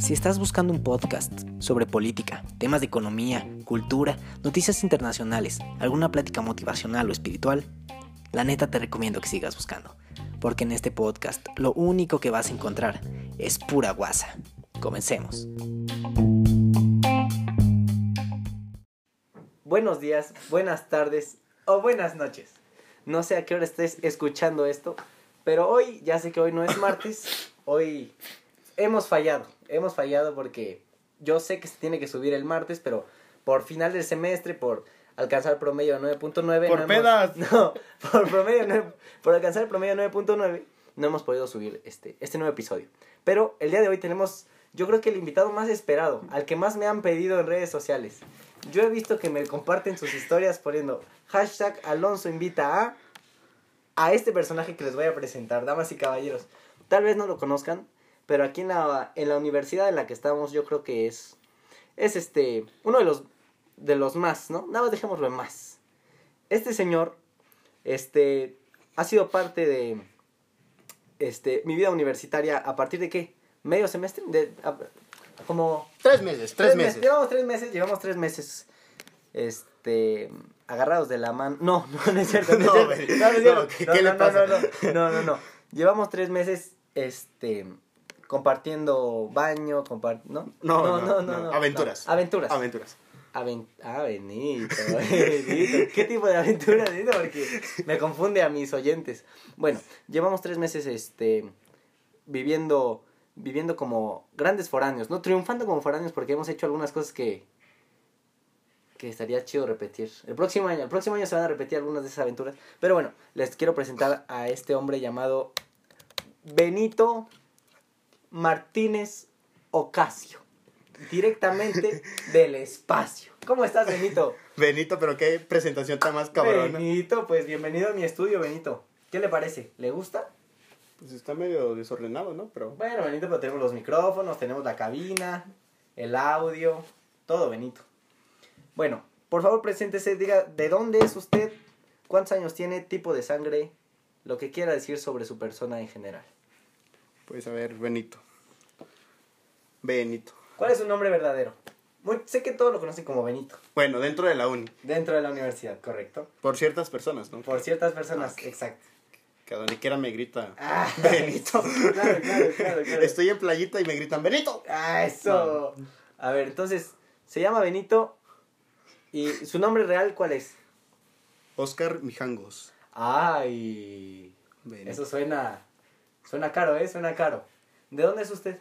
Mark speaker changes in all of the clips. Speaker 1: Si estás buscando un podcast sobre política, temas de economía, cultura, noticias internacionales, alguna plática motivacional o espiritual, la neta te recomiendo que sigas buscando, porque en este podcast lo único que vas a encontrar es pura guasa. Comencemos. Buenos días, buenas tardes o buenas noches. No sé a qué hora estés escuchando esto, pero hoy, ya sé que hoy no es martes, hoy hemos fallado. Hemos fallado porque yo sé que se tiene que subir el martes, pero por final del semestre, por alcanzar promedio 9.9.
Speaker 2: Por
Speaker 1: no hemos-
Speaker 2: pedas.
Speaker 1: no, por, promedio nueve- por alcanzar el promedio 9.9, no hemos podido subir este, este nuevo episodio. Pero el día de hoy tenemos, yo creo que el invitado más esperado, al que más me han pedido en redes sociales. Yo he visto que me comparten sus historias poniendo hashtag Alonso invita a a este personaje que les voy a presentar, damas y caballeros. Tal vez no lo conozcan, pero aquí en la, en la universidad en la que estamos, yo creo que es. Es este. Uno de los. De los más, ¿no? Nada más dejémoslo en más. Este señor. Este. Ha sido parte de. Este. Mi vida universitaria. ¿A partir de qué? ¿Medio semestre? De, a- como.
Speaker 3: Tres meses, tres, meses.
Speaker 1: Llevamos tres meses, llevamos tres meses. Este. Agarrados de la mano. No, no, no es cierto. No,
Speaker 3: No,
Speaker 1: no,
Speaker 3: güey.
Speaker 1: es cierto.
Speaker 3: No, ¿qué-
Speaker 1: No,
Speaker 3: qué le
Speaker 1: no, no,
Speaker 3: pasa?
Speaker 1: no, no, no, no, no. Llevamos tres meses, este. Compartiendo baño, compart ¿no?
Speaker 3: No, no, no. Aventuras.
Speaker 1: Aventuras.
Speaker 3: Aventuras.
Speaker 1: Aven- ah, Benito, Benito. ¿Qué tipo de aventura, Benito? Porque me confunde a mis oyentes. Bueno, llevamos tres meses este, viviendo, viviendo como grandes foráneos, ¿no? Triunfando como foráneos porque hemos hecho algunas cosas que, que estaría chido repetir. El próximo año, el próximo año se van a repetir algunas de esas aventuras. Pero bueno, les quiero presentar a este hombre llamado Benito Martínez Ocasio. Directamente del espacio. ¿Cómo estás, Benito?
Speaker 3: Benito, pero qué presentación tan más cabrona.
Speaker 1: Benito, pues bienvenido a mi estudio, Benito. ¿Qué le parece? ¿Le gusta?
Speaker 3: Pues está medio desordenado, ¿no? Pero.
Speaker 1: Bueno, Benito, pero tenemos los micrófonos, tenemos la cabina, el audio, todo, Benito. Bueno, por favor, preséntese, diga de dónde es usted, cuántos años tiene, tipo de sangre, lo que quiera decir sobre su persona en general.
Speaker 3: Pues a ver, Benito. Benito.
Speaker 1: ¿Cuál es su nombre verdadero? Muy- sé que todos lo conocen como Benito,
Speaker 3: Bueno, dentro de la uni.
Speaker 1: dentro de la universidad, ¿correcto?
Speaker 3: Por ciertas personas, ¿no?
Speaker 1: Por ciertas personas, exacto.
Speaker 3: Que a donde quiera me grita.
Speaker 1: Ah,
Speaker 3: Benito.
Speaker 1: Claro, claro, claro, claro.
Speaker 3: Estoy en playita y me gritan, ¡Benito!
Speaker 1: Ah, eso. A ver, entonces, se llama Benito y su nombre real, ¿cuál es?
Speaker 3: Oscar Mijangos.
Speaker 1: Ay,
Speaker 3: Benito.
Speaker 1: eso suena, suena caro, ¿eh? Suena caro. ¿De dónde es usted?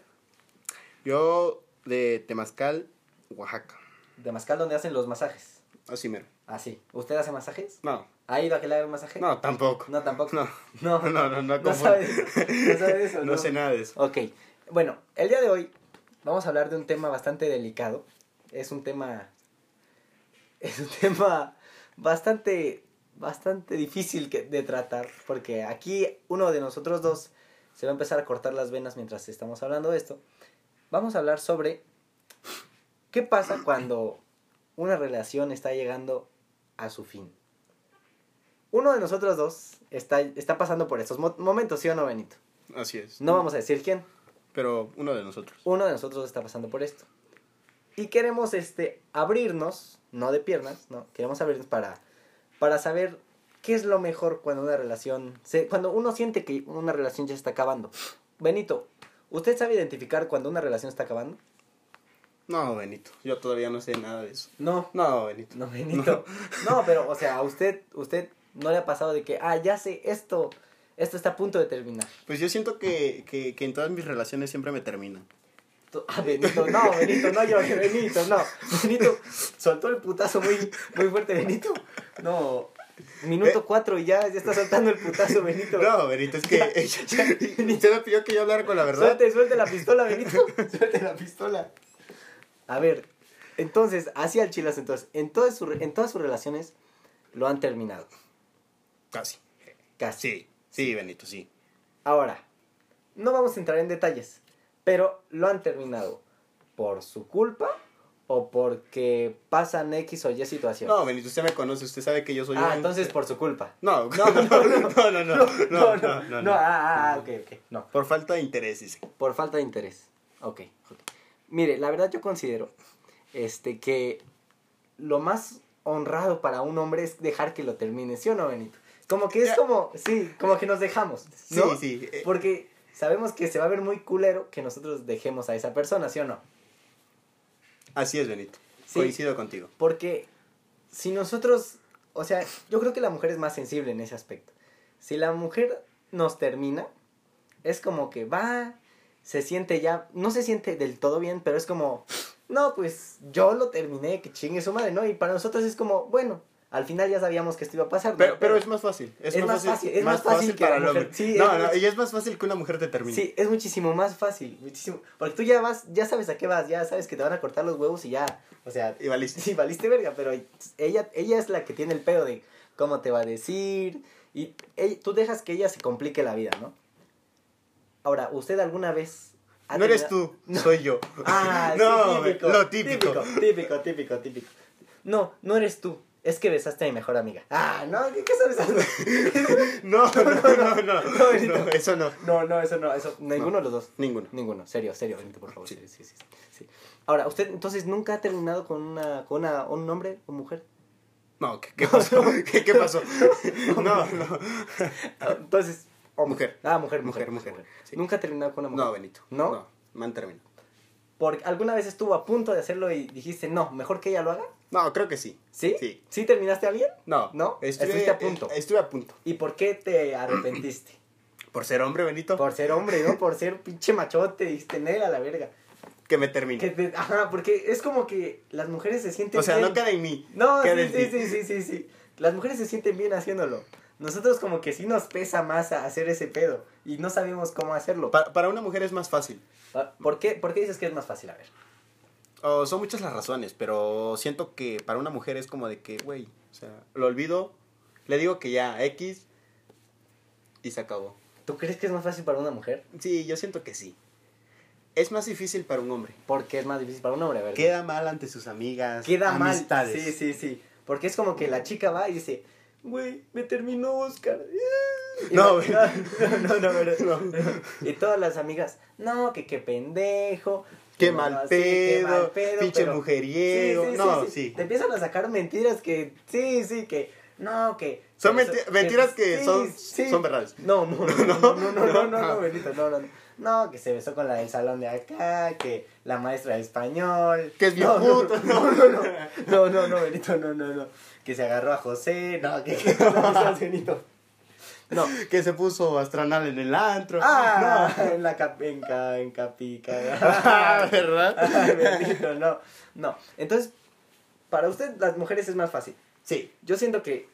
Speaker 3: Yo de Temazcal, Oaxaca.
Speaker 1: De Mascal, donde hacen los masajes.
Speaker 3: Así mero.
Speaker 1: Así. ¿Usted hace masajes?
Speaker 3: No,
Speaker 1: ¿Ha ido a que le hagan un masaje?
Speaker 3: no, tampoco.
Speaker 1: No, tampoco.
Speaker 3: No,
Speaker 1: No.
Speaker 3: no, no, no,
Speaker 1: No
Speaker 3: confunda.
Speaker 1: sabe de eso, no sabe de eso,
Speaker 3: No
Speaker 1: ¿no?
Speaker 3: sé nada de eso.
Speaker 1: Ok, bueno, el día de hoy vamos a hablar de un tema bastante delicado. Es un tema. Es un tema bastante. bastante difícil que- de tratar. Porque aquí uno de nosotros dos se va a empezar a cortar las venas mientras estamos hablando de esto. Vamos a hablar sobre. ¿Qué pasa cuando una relación está llegando a su fin? Uno de nosotros dos está, está pasando por estos mo- momentos, ¿sí o no, Benito?
Speaker 3: Así es.
Speaker 1: No vamos a decir quién
Speaker 3: Pero uno de nosotros.
Speaker 1: uno de nosotros está pasando por esto. Y queremos este, abrirnos, no de piernas, no, queremos abrirnos para, para saber qué es lo mejor cuando una relación, se, cuando uno siente que una relación ya está acabando. Benito, ¿usted sabe identificar cuando una relación está acabando?
Speaker 3: No, Benito. Yo todavía no sé nada de eso.
Speaker 1: No.
Speaker 3: No, Benito.
Speaker 1: No, Benito. No, pero, o sea, a usted, usted no le ha pasado de que, ah, ya sé, esto, esto está a punto de terminar.
Speaker 3: Pues yo siento que, que, que en todas mis relaciones siempre me terminan.
Speaker 1: To- Ah, Benito, no, Benito, no llores, Benito, no. Benito soltó el putazo muy, muy fuerte, Benito. No, minuto
Speaker 3: Eh.
Speaker 1: cuatro y ya, ya está soltando el putazo, Benito.
Speaker 3: No, Benito, es que ella, usted me pidió que yo hablara con la verdad.
Speaker 1: suelte, suelte la pistola, Benito. Suelte la pistola. A ver, entonces, así al chilas, entonces, en todas, su re- en todas sus relaciones lo han terminado.
Speaker 3: Casi.
Speaker 1: Casi.
Speaker 3: Sí, sí, Benito, sí.
Speaker 1: Ahora, no vamos a entrar en detalles, pero lo han terminado por su culpa o porque pasan X o Y situación.
Speaker 3: No, Benito, usted me conoce, usted sabe que yo soy
Speaker 1: ah,
Speaker 3: un-
Speaker 1: entonces por su culpa.
Speaker 3: No, no, no, no, no, no, no, no, no,
Speaker 1: no, ah, ah, ah, ok, ok, no.
Speaker 3: Por falta de interés, dice.
Speaker 1: Por falta de interés. Ok, ok. Mire, la verdad yo considero este que lo más honrado para un hombre es dejar que lo termine, ¿sí o no, Benito? Como que es
Speaker 3: Ya.
Speaker 1: como, sí, como que nos dejamos.
Speaker 3: Sí,
Speaker 1: ¿no?
Speaker 3: sí. eh,
Speaker 1: Porque sabemos que se va a ver muy culero que nosotros dejemos a esa persona, ¿sí o no?
Speaker 3: Así es, Benito.
Speaker 1: Sí.
Speaker 3: Coincido contigo.
Speaker 1: Porque si nosotros, o sea, yo creo que la mujer es más sensible en ese aspecto. Si la mujer nos termina, es como que va, se siente ya, no se siente del todo bien, pero es como, no, pues yo lo terminé, que chingue su madre, ¿no? Y para nosotros es como, bueno, al final ya sabíamos que esto iba a pasar. ¿no?
Speaker 3: Pero, pero es más fácil. Es,
Speaker 1: Es más fácil, es más fácil que la
Speaker 3: el
Speaker 1: mujer-
Speaker 3: hombre.
Speaker 1: sí,
Speaker 3: no,
Speaker 1: es
Speaker 3: no,
Speaker 1: mucho-
Speaker 3: y es más fácil que una mujer te termine.
Speaker 1: Sí, es muchísimo más fácil, muchísimo. Porque tú ya vas, ya sabes a qué vas, ya sabes que te van a cortar los huevos y ya, o sea,
Speaker 3: Y valiste.
Speaker 1: Sí, valiste verga, pero ella, ella es la que tiene el pedo de cómo te va a decir. Y ella- tú dejas que ella se complique la vida, ¿no? Ahora, ¿usted alguna vez... ha
Speaker 3: Ah, No eres
Speaker 1: terminado-
Speaker 3: tú, soy yo.
Speaker 1: Ah,
Speaker 3: no,
Speaker 1: sí, típico,
Speaker 3: lo típico.
Speaker 1: típico. Típico, típico, típico. No, no eres tú. Es que besaste a mi mejor amiga. Ah, no, ¿qué, qué sabes?
Speaker 3: No, no, no, no,
Speaker 1: No, Benito.
Speaker 3: no, eso no.
Speaker 1: no, no, eso no, eso, ninguno de los dos.
Speaker 3: Ninguno.
Speaker 1: Ninguno, serio, serio, Benito, por favor.
Speaker 3: Sí.
Speaker 1: Sí. Sí, sí, sí. Ahora, ¿usted entonces nunca ha terminado con una, con una, un hombre o mujer?
Speaker 3: No, ¿qué, qué pasó? ¿Qué, qué pasó? No, no.
Speaker 1: Ah, Entonces,
Speaker 3: O mujer.
Speaker 1: Ah, mujer,
Speaker 3: Mujer,
Speaker 1: mujer,
Speaker 3: mujer,
Speaker 1: mujer.
Speaker 3: sí.
Speaker 1: Nunca ha terminado con una mujer.
Speaker 3: No, Benito.
Speaker 1: ¿No?
Speaker 3: No, man termina.
Speaker 1: Porque alguna vez estuvo a punto de hacerlo y dijiste, no, mejor que ella lo haga.
Speaker 3: No, creo que sí.
Speaker 1: ¿Sí?
Speaker 3: Sí.
Speaker 1: terminaste a alguien?
Speaker 3: No.
Speaker 1: ¿No?
Speaker 3: Estuve,
Speaker 1: Estuviste a punto.
Speaker 3: eh, Estuve a punto.
Speaker 1: ¿Y por qué te arrepentiste?
Speaker 3: Por ser hombre, Benito,
Speaker 1: Por ser hombre, ¿no? Por ser pinche machote, dijiste, nel a la verga.
Speaker 3: que me termine.
Speaker 1: Que te- Ajá, porque es como que las mujeres se sienten
Speaker 3: O sea,
Speaker 1: bien.
Speaker 3: no queda en mí.
Speaker 1: No,
Speaker 3: queda
Speaker 1: sí,
Speaker 3: en
Speaker 1: sí,
Speaker 3: ti.
Speaker 1: sí, sí, sí, sí. Las mujeres se sienten bien haciéndolo. Nosotros como que sí nos pesa más a hacer ese pedo y no sabemos cómo hacerlo.
Speaker 3: Pa- para una mujer es más fácil.
Speaker 1: ¿Por qué, ¿Por qué dices que es más fácil? A ver.
Speaker 3: Oh, son muchas las razones, pero siento que para una mujer es como de que, güey, o sea, lo olvido, le digo que ya, X, y se acabó.
Speaker 1: ¿Tú crees que es más fácil para una mujer?
Speaker 3: Sí, yo siento que sí. Es más difícil para un hombre.
Speaker 1: Porque es más difícil para un hombre, ¿verdad?
Speaker 3: Queda mal ante sus amigas.
Speaker 1: Queda
Speaker 3: amistades.
Speaker 1: mal. Sí, sí, sí. Porque es como que la chica va y dice, güey, me terminó Oscar. Y la-
Speaker 3: No, güey.
Speaker 1: no, no, no, pero-
Speaker 3: No.
Speaker 1: Y todas las amigas, no, que qué pendejo.
Speaker 3: Qué
Speaker 1: que no,
Speaker 3: mal
Speaker 1: sí, qué
Speaker 3: pedo, pinche mujeriego. No, sí.
Speaker 1: Te empiezan a sacar mentiras que, sí, sí, que, no, que.
Speaker 3: Son
Speaker 1: que-
Speaker 3: menti- mentiras que son- son verdades. Ah.
Speaker 1: No, no, no, no, no, no, no, no, no, Benito, no, no, no. No, que se besó con la del salón de acá, que la maestra de español.
Speaker 3: Que es bien
Speaker 1: no, no,
Speaker 3: puto.
Speaker 1: No, no, no, no, no, no, Benito, no, no, no. Que se agarró a José, no, que, que no, no seas Benito. No.
Speaker 3: Que se puso astronal en el antro.
Speaker 1: Ah, en la cap, en, ca, en capica.
Speaker 3: Ah, ¿verdad?
Speaker 1: Ay, Benito, no, no. Entonces, para usted las mujeres es más fácil.
Speaker 3: Sí.
Speaker 1: Yo siento que,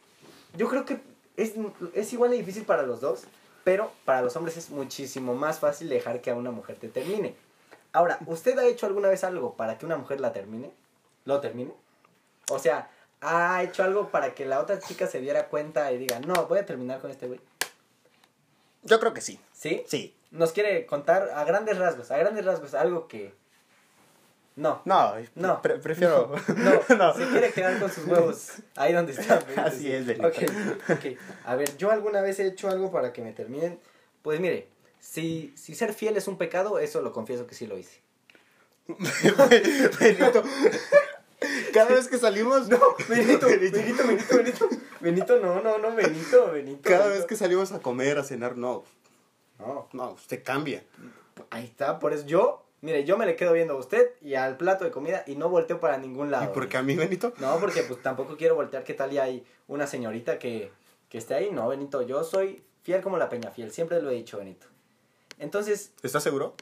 Speaker 1: yo creo que es, es igual de difícil para los dos, pero para los hombres es muchísimo más fácil dejar que a una mujer te termine. Ahora, ¿usted ha hecho alguna vez algo para que una mujer la termine? ¿Lo termine? O sea, ¿ha hecho algo para que la otra chica se diera cuenta y diga, no, voy a terminar con este güey?
Speaker 3: Yo creo que sí.
Speaker 1: ¿Sí?
Speaker 3: Sí.
Speaker 1: Nos quiere contar a grandes rasgos, a grandes rasgos, algo que... No,
Speaker 3: No,
Speaker 1: No.
Speaker 3: pre- prefiero.
Speaker 1: No, se quiere quedar con sus huevos ahí donde están. Benito,
Speaker 3: Así
Speaker 1: sí.
Speaker 3: es, Benito.
Speaker 1: Ok, ok. A ver, yo alguna vez he hecho algo para que me terminen. Pues mire, si, si ser fiel es un pecado, eso lo confieso que sí lo hice.
Speaker 3: Benito. Cada vez que salimos,
Speaker 1: Benito, Benito, Benito, Benito. Benito, no, no, no, Benito, Benito.
Speaker 3: cada vez
Speaker 1: Benito.
Speaker 3: que salimos a comer, a cenar, no.
Speaker 1: No,
Speaker 3: No, usted cambia.
Speaker 1: ahí está, por eso yo, mire, yo me le quedo viendo a usted y al plato de comida y no volteo para ningún lado.
Speaker 3: ¿Y por qué a mí, Benito?
Speaker 1: No, porque pues tampoco quiero voltear qué tal y hay una señorita que, que esté ahí. No, Benito, yo soy fiel como la peña fiel, siempre lo he dicho, Benito. Entonces,
Speaker 3: ¿Estás seguro?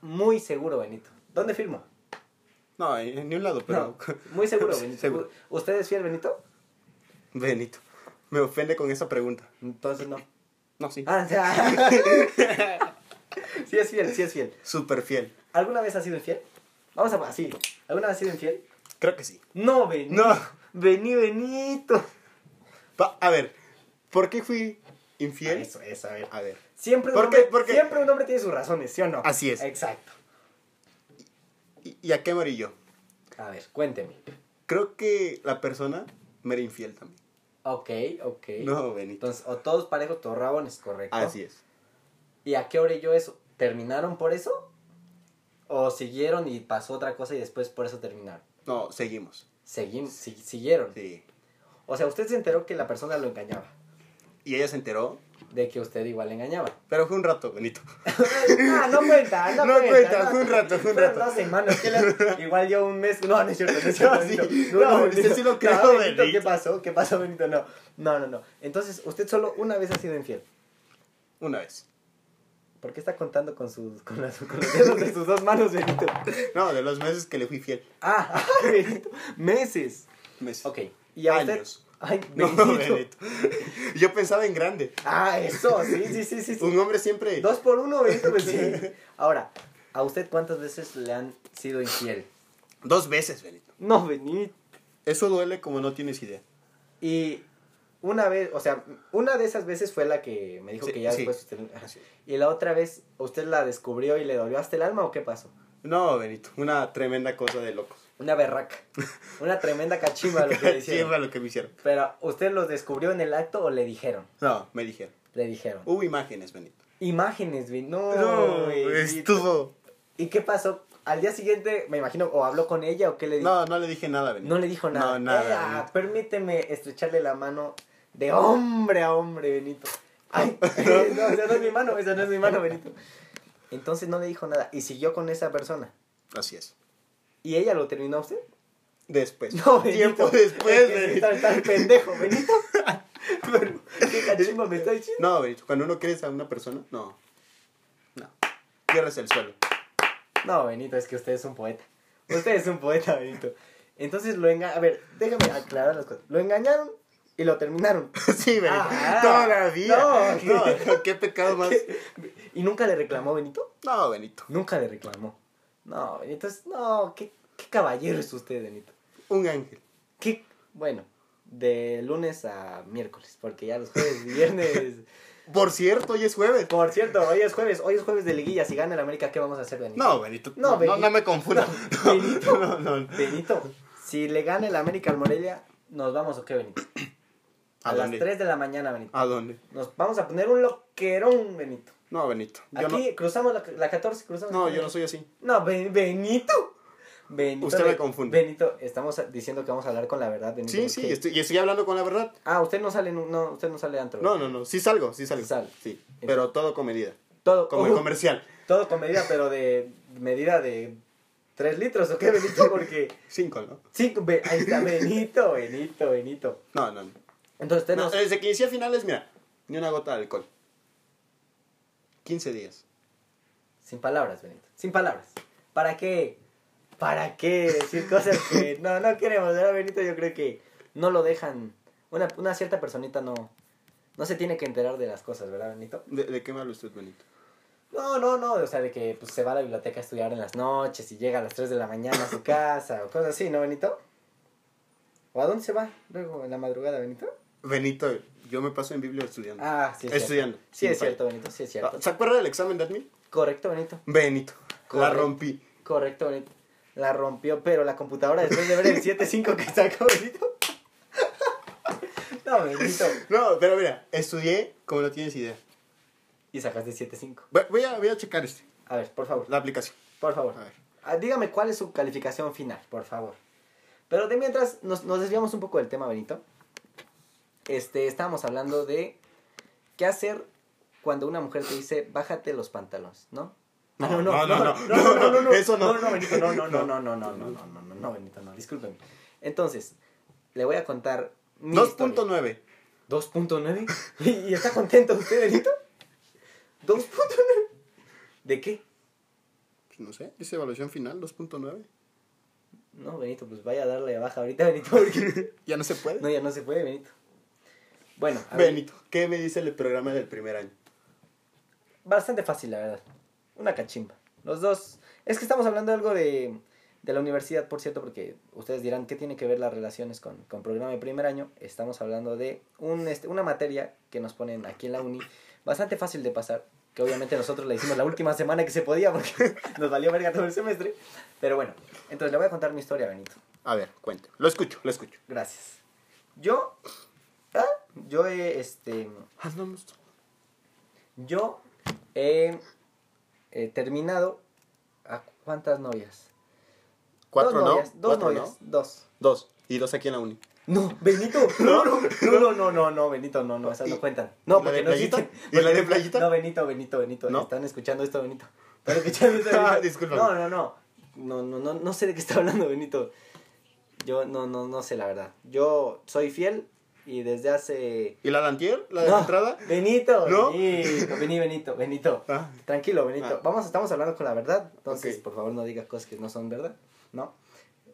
Speaker 1: muy seguro, Benito. ¿Dónde firmo?
Speaker 3: No, en, en ni un lado, pero.
Speaker 1: No, muy seguro, Benito.
Speaker 3: Seguro.
Speaker 1: U- ¿Usted es fiel, Benito?
Speaker 3: Benito, me ofende con esa pregunta.
Speaker 1: Entonces no.
Speaker 3: No, sí.
Speaker 1: Ah, o sea, sí es fiel, sí es fiel.
Speaker 3: Súper fiel.
Speaker 1: ¿Alguna vez has sido infiel? Vamos a así. ¿Alguna vez has sido infiel?
Speaker 3: Creo que sí.
Speaker 1: No, Benito. Ah,
Speaker 3: No.
Speaker 1: Vení, Benito.
Speaker 3: Pa- a ver, ¿por qué fui infiel?
Speaker 1: Eso, eso, a ver.
Speaker 3: A ver.
Speaker 1: Siempre un,
Speaker 3: ¿Por qué?
Speaker 1: hombre,
Speaker 3: ¿Por qué?
Speaker 1: siempre un hombre tiene sus razones, ¿sí o no?
Speaker 3: Así es.
Speaker 1: Exacto.
Speaker 3: ¿Y, y a qué morí yo?
Speaker 1: A ver, cuénteme.
Speaker 3: Creo que la persona me era infiel también.
Speaker 1: Ok, ok.
Speaker 3: No, Benito.
Speaker 1: Entonces, o todos parejos, todos rabones, correcto.
Speaker 3: Así es.
Speaker 1: ¿Y a qué orilló eso? ¿Terminaron por eso? ¿O siguieron y pasó otra cosa y después por eso terminaron?
Speaker 3: No, seguimos.
Speaker 1: Seguim, si- siguieron.
Speaker 3: Sí.
Speaker 1: O sea, usted se enteró que la persona lo engañaba.
Speaker 3: Y ella se enteró,
Speaker 1: De que usted igual le engañaba.
Speaker 3: pero fue un rato, Benito.
Speaker 1: Ah, no cuenta, no,
Speaker 3: No cuenta,
Speaker 1: no.
Speaker 3: fue un rato, fue un
Speaker 1: Fueron
Speaker 3: rato.
Speaker 1: dos semanas. que la- Igual yo un mes. No, no es cierto, no es cierto.
Speaker 3: No, sí.
Speaker 1: Benito.
Speaker 3: No, usted sí lo creo, Benito.
Speaker 1: ¿Qué pasó? ¿Qué pasó, Benito? No. No, no, no. Entonces, usted solo una vez ha sido infiel.
Speaker 3: Una vez.
Speaker 1: ¿Por qué está contando con, sus, con, las- con los dedos de sus dos manos, Benito?
Speaker 3: No, de los meses que le fui fiel.
Speaker 1: Ah, Benito. Meses.
Speaker 3: Meses.
Speaker 1: Ok. ¿Y a usted?
Speaker 3: Años.
Speaker 1: Ay,
Speaker 3: No,
Speaker 1: Benito.
Speaker 3: Benito. Yo pensaba en grande.
Speaker 1: Ah, eso, sí, sí, sí, sí. sí.
Speaker 3: Un hombre siempre.
Speaker 1: Dos por uno, Benito, pues sí. Ahora, ¿a usted cuántas veces le han sido infiel?
Speaker 3: Dos veces, Benito.
Speaker 1: No, Benito.
Speaker 3: Eso duele como no tienes idea.
Speaker 1: Y una vez, o sea, una de esas veces fue la que me dijo
Speaker 3: Sí,
Speaker 1: que ya
Speaker 3: sí.
Speaker 1: después usted... ajá. Y la otra vez, ¿usted la descubrió y le dolió hasta el alma o qué pasó?
Speaker 3: No, Benito. Una tremenda cosa de locos.
Speaker 1: Una berraca. Una tremenda cachimba lo que le
Speaker 3: Sí,
Speaker 1: hicieron.
Speaker 3: fue lo que me hicieron.
Speaker 1: Pero, ¿usted los descubrió en el acto o le dijeron?
Speaker 3: No, me dijeron.
Speaker 1: Le dijeron.
Speaker 3: Hubo imágenes, Benito.
Speaker 1: Imágenes, vi. No,
Speaker 3: No,
Speaker 1: Benito.
Speaker 3: estuvo.
Speaker 1: ¿Y qué pasó? Al día siguiente, me imagino, o habló con ella o qué le dijo.
Speaker 3: No, no le dije nada, Benito.
Speaker 1: No le dijo nada.
Speaker 3: No, nada,
Speaker 1: Ea,
Speaker 3: Benito.
Speaker 1: permíteme estrecharle la mano de hombre a hombre, Benito. Ay, no, esa no es mi mano, esa no es mi mano, Benito. Entonces no le dijo nada y siguió con esa persona.
Speaker 3: Así es.
Speaker 1: ¿Y ella lo terminó a usted?
Speaker 3: Después.
Speaker 1: No, Benito.
Speaker 3: Tiempo después,
Speaker 1: Es que sí
Speaker 3: Benito.
Speaker 1: Está, está el pendejo, Benito. Pero, ¿Qué cachimbo me está diciendo?
Speaker 3: No, Benito. Cuando uno crees a una persona, no. No. Tierras el suelo.
Speaker 1: No, Benito, es que usted es un poeta. Usted es un poeta, Benito. Entonces lo engañaron. A ver, déjame aclarar las cosas. Lo engañaron y lo terminaron.
Speaker 3: Sí, Benito.
Speaker 1: Ah,
Speaker 3: Todavía.
Speaker 1: no.
Speaker 3: no, qué pecado más.
Speaker 1: ¿Y nunca le reclamó, Benito?
Speaker 3: No, Benito.
Speaker 1: Nunca le reclamó. No, Benito, es- no, qué, qué caballero es usted, Benito.
Speaker 3: Un ángel.
Speaker 1: Qué, bueno, de lunes a miércoles, porque ya los jueves y viernes.
Speaker 3: Por cierto, hoy es jueves.
Speaker 1: Por cierto, hoy es jueves, hoy es jueves de liguilla. Si gana el América, ¿qué vamos a hacer, Benito?
Speaker 3: No, Benito.
Speaker 1: No,
Speaker 3: No,
Speaker 1: Benito.
Speaker 3: no, no me confundas.
Speaker 1: No, Benito.
Speaker 3: No, no, no.
Speaker 1: Benito, si le gana el América al Morelia, ¿nos vamos o qué, Benito? A,
Speaker 3: ¿A
Speaker 1: las
Speaker 3: dónde?
Speaker 1: 3 de la mañana, Benito.
Speaker 3: ¿A dónde?
Speaker 1: Nos vamos a poner un loquerón, Benito.
Speaker 3: No, Benito. Yo
Speaker 1: Aquí cruzamos la, la 14, cruzamos.
Speaker 3: no, no,
Speaker 1: la-
Speaker 3: yo no soy así.
Speaker 1: No, Ben- Benito. Benito.
Speaker 3: Usted me confunde.
Speaker 1: Benito, estamos diciendo que vamos a hablar con la verdad, Benito.
Speaker 3: Sí, sí,
Speaker 1: porque-
Speaker 3: estoy, y estoy hablando con la verdad.
Speaker 1: Ah, usted no sale, en un- no, usted no sale de antro.
Speaker 3: No, no, no. Sí salgo, sí salgo.
Speaker 1: Sal.
Speaker 3: Sí. Oh. Pero todo con medida.
Speaker 1: Todo,
Speaker 3: Como el
Speaker 1: Ujú.
Speaker 3: comercial.
Speaker 1: Todo con medida, pero de medida de 3 litros, ¿o qué, Benito? Porque...
Speaker 3: Cinco, ¿no?
Speaker 1: Sí, Be- ahí está, Benito, Benito, Benito.
Speaker 3: No, no. no.
Speaker 1: Entonces usted
Speaker 3: No,
Speaker 1: no...
Speaker 3: desde que inicié finales, mira, ni una gota de alcohol. 15 días.
Speaker 1: Sin palabras, Benito. Sin palabras. ¿Para qué? ¿Para qué decir cosas que no, no queremos? ¿verdad, Benito? Yo creo que no lo dejan. Una, una cierta personita no, no se tiene que enterar de las cosas, ¿verdad, Benito?
Speaker 3: ¿De, de qué me habla usted, Benito?
Speaker 1: No, no, no. O sea, de que pues, se va a la biblioteca a estudiar en las noches y llega a las 3 de la mañana a su casa o cosas así, ¿no, Benito? ¿O a dónde se va luego en la madrugada, Benito?
Speaker 3: Benito, yo me paso en Biblia estudiando.
Speaker 1: Ah, sí. Es cierto.
Speaker 3: Estudiando.
Speaker 1: Sí, es
Speaker 3: Sin
Speaker 1: cierto, Benito. Sí, es cierto.
Speaker 3: Ah, ¿Se acuerda del examen de admin?
Speaker 1: Correcto, Benito.
Speaker 3: Benito. La
Speaker 1: Correcto.
Speaker 3: rompí.
Speaker 1: Correcto, Benito. La rompió, pero la computadora después de ver el 7.5 que sacó Benito. No, Benito.
Speaker 3: No, pero mira, estudié como no tienes idea.
Speaker 1: Y sacaste 7.5.
Speaker 3: Voy- Voy a, voy a checar este,
Speaker 1: A ver, por favor,
Speaker 3: la aplicación.
Speaker 1: por favor.
Speaker 3: A ver.
Speaker 1: Ah, Dígame cuál es su calificación final, por favor. Pero de mientras nos, nos desviamos un poco del tema, Benito. Este, estábamos hablando de qué hacer cuando una mujer te dice, bájate los pantalones, ¿no? Ah,
Speaker 3: no, no, no, eso no.
Speaker 1: No, no, Benito, no, no, no, no, no, no, no, no, no, no, no, Benito, no, discúlpeme. Entonces, le voy a contar mi historia.
Speaker 3: 2.9.
Speaker 1: 2.9. ¿Y, y está contento usted, Benito? 2.9. ¿De qué?
Speaker 3: Pues No sé, dice evaluación final 2.9.
Speaker 1: No, Benito, pues vaya a darle baja ahorita, Benito, porque...
Speaker 3: Ya no se puede.
Speaker 1: No, ya no se puede, Benito. Bueno, a ver,
Speaker 3: Benito, ¿qué me dice el programa del primer año?
Speaker 1: bastante fácil, la verdad. Una cachimba. Los dos... Es que estamos hablando algo de, de la universidad, por cierto, porque ustedes dirán, ¿qué tiene que ver las relaciones con, con programa de primer año? Estamos hablando de un, este, una materia que nos ponen aquí en la uni, bastante fácil de pasar, que obviamente nosotros la hicimos la última semana que se podía porque nos valió verga todo el semestre. Pero bueno, entonces le voy a contar mi historia, Benito.
Speaker 3: A ver, cuente. Lo escucho, lo escucho.
Speaker 1: Gracias. Yo, ah, yo he, este, yo he eh, terminado a cuántas novias?
Speaker 3: Cuatro,
Speaker 1: dos
Speaker 3: ¿no?
Speaker 1: novias, dos
Speaker 3: Cuatro,
Speaker 1: novias, dos.
Speaker 3: ¿no? Dos. Y dos aquí en la uni.
Speaker 1: No, Benito, no, no, no, no, no, no, Benito, no, no, esas no
Speaker 3: ¿Y-
Speaker 1: cuentan.
Speaker 3: y la
Speaker 1: No,
Speaker 3: de
Speaker 1: porque no
Speaker 3: playita?
Speaker 1: existen.
Speaker 3: ¿Y la de
Speaker 1: porque-
Speaker 3: playita?
Speaker 1: No, Benito, Benito, Benito,
Speaker 3: ¿No?
Speaker 1: están escuchando esto, Benito. Están escuchando esto, Benito.
Speaker 3: Ah, discúlpame.
Speaker 1: No, no, no, no, no, no, no sé de qué está hablando Benito. Yo no, no, no sé la verdad. Yo soy fiel y desde hace...
Speaker 3: ¿Y la de antier? ¿La de
Speaker 1: No,
Speaker 3: la entrada?
Speaker 1: Benito,
Speaker 3: ¿No?
Speaker 1: Benito, vení, Benito, Benito.
Speaker 3: Ah.
Speaker 1: Tranquilo, Benito.
Speaker 3: Ah.
Speaker 1: Vamos, estamos hablando con la verdad. Entonces,
Speaker 3: Ok.
Speaker 1: por favor, no digas cosas que no son verdad. No.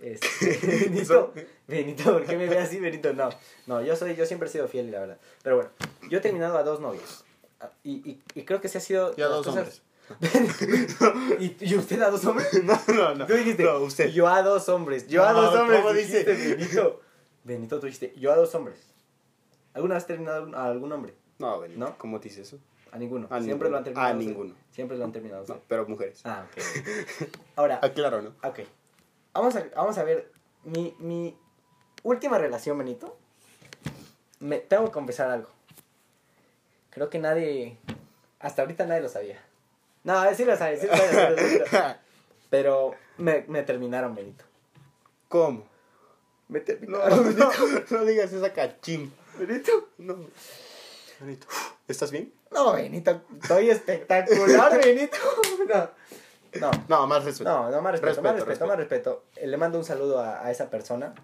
Speaker 1: Este, Benito, Benito, ¿por qué me ve así, Benito? No, no, yo soy, yo siempre he sido fiel, la verdad. Pero bueno, yo he terminado a dos novios. Ah, Y, y, y creo que se ha sido.
Speaker 3: Y a
Speaker 1: las
Speaker 3: dos
Speaker 1: cosas- ¿Y, ¿Y usted a dos hombres?
Speaker 3: No, no, no.
Speaker 1: Tú dijiste,
Speaker 3: No, usted.
Speaker 1: yo a dos hombres, yo a
Speaker 3: No,
Speaker 1: dos hombres.
Speaker 3: ¿cómo
Speaker 1: dijiste,
Speaker 3: dice?
Speaker 1: Benito, Benito, tú dijiste, yo a dos hombres. ¿Alguna vez has terminado a algún hombre?
Speaker 3: No, Benito,
Speaker 1: ¿No?
Speaker 3: ¿Cómo te dice eso?
Speaker 1: A ninguno.
Speaker 3: A
Speaker 1: Siempre
Speaker 3: ninguno.
Speaker 1: lo han terminado.
Speaker 3: A
Speaker 1: ustedes.
Speaker 3: ninguno.
Speaker 1: Siempre lo han terminado.
Speaker 3: No,
Speaker 1: ustedes.
Speaker 3: pero mujeres.
Speaker 1: Ah, ok. Ahora,
Speaker 3: Aclaro, ¿no?
Speaker 1: ok. Vamos a, vamos a ver. Mi, mi última relación, Benito. Me, tengo que confesar algo. Creo que nadie. Hasta ahorita nadie lo sabía. No, sí lo sabía, sí lo sabía. sí lo sabía, sí lo sabía. Pero me, me terminaron, Benito.
Speaker 3: ¿Cómo?
Speaker 1: Me
Speaker 3: No,
Speaker 1: terminaron,
Speaker 3: no,
Speaker 1: Benito.
Speaker 3: no digas esa cachín.
Speaker 1: Benito.
Speaker 3: No. Benito. ¿Estás bien?
Speaker 1: No, Benito. Estoy espectacular, Benito. No. No.
Speaker 3: No, más respeto.
Speaker 1: No, no, más respeto,
Speaker 3: Respeto,
Speaker 1: más respeto,
Speaker 3: respeto.
Speaker 1: más respeto. Eh, Le mando un saludo a, a esa persona.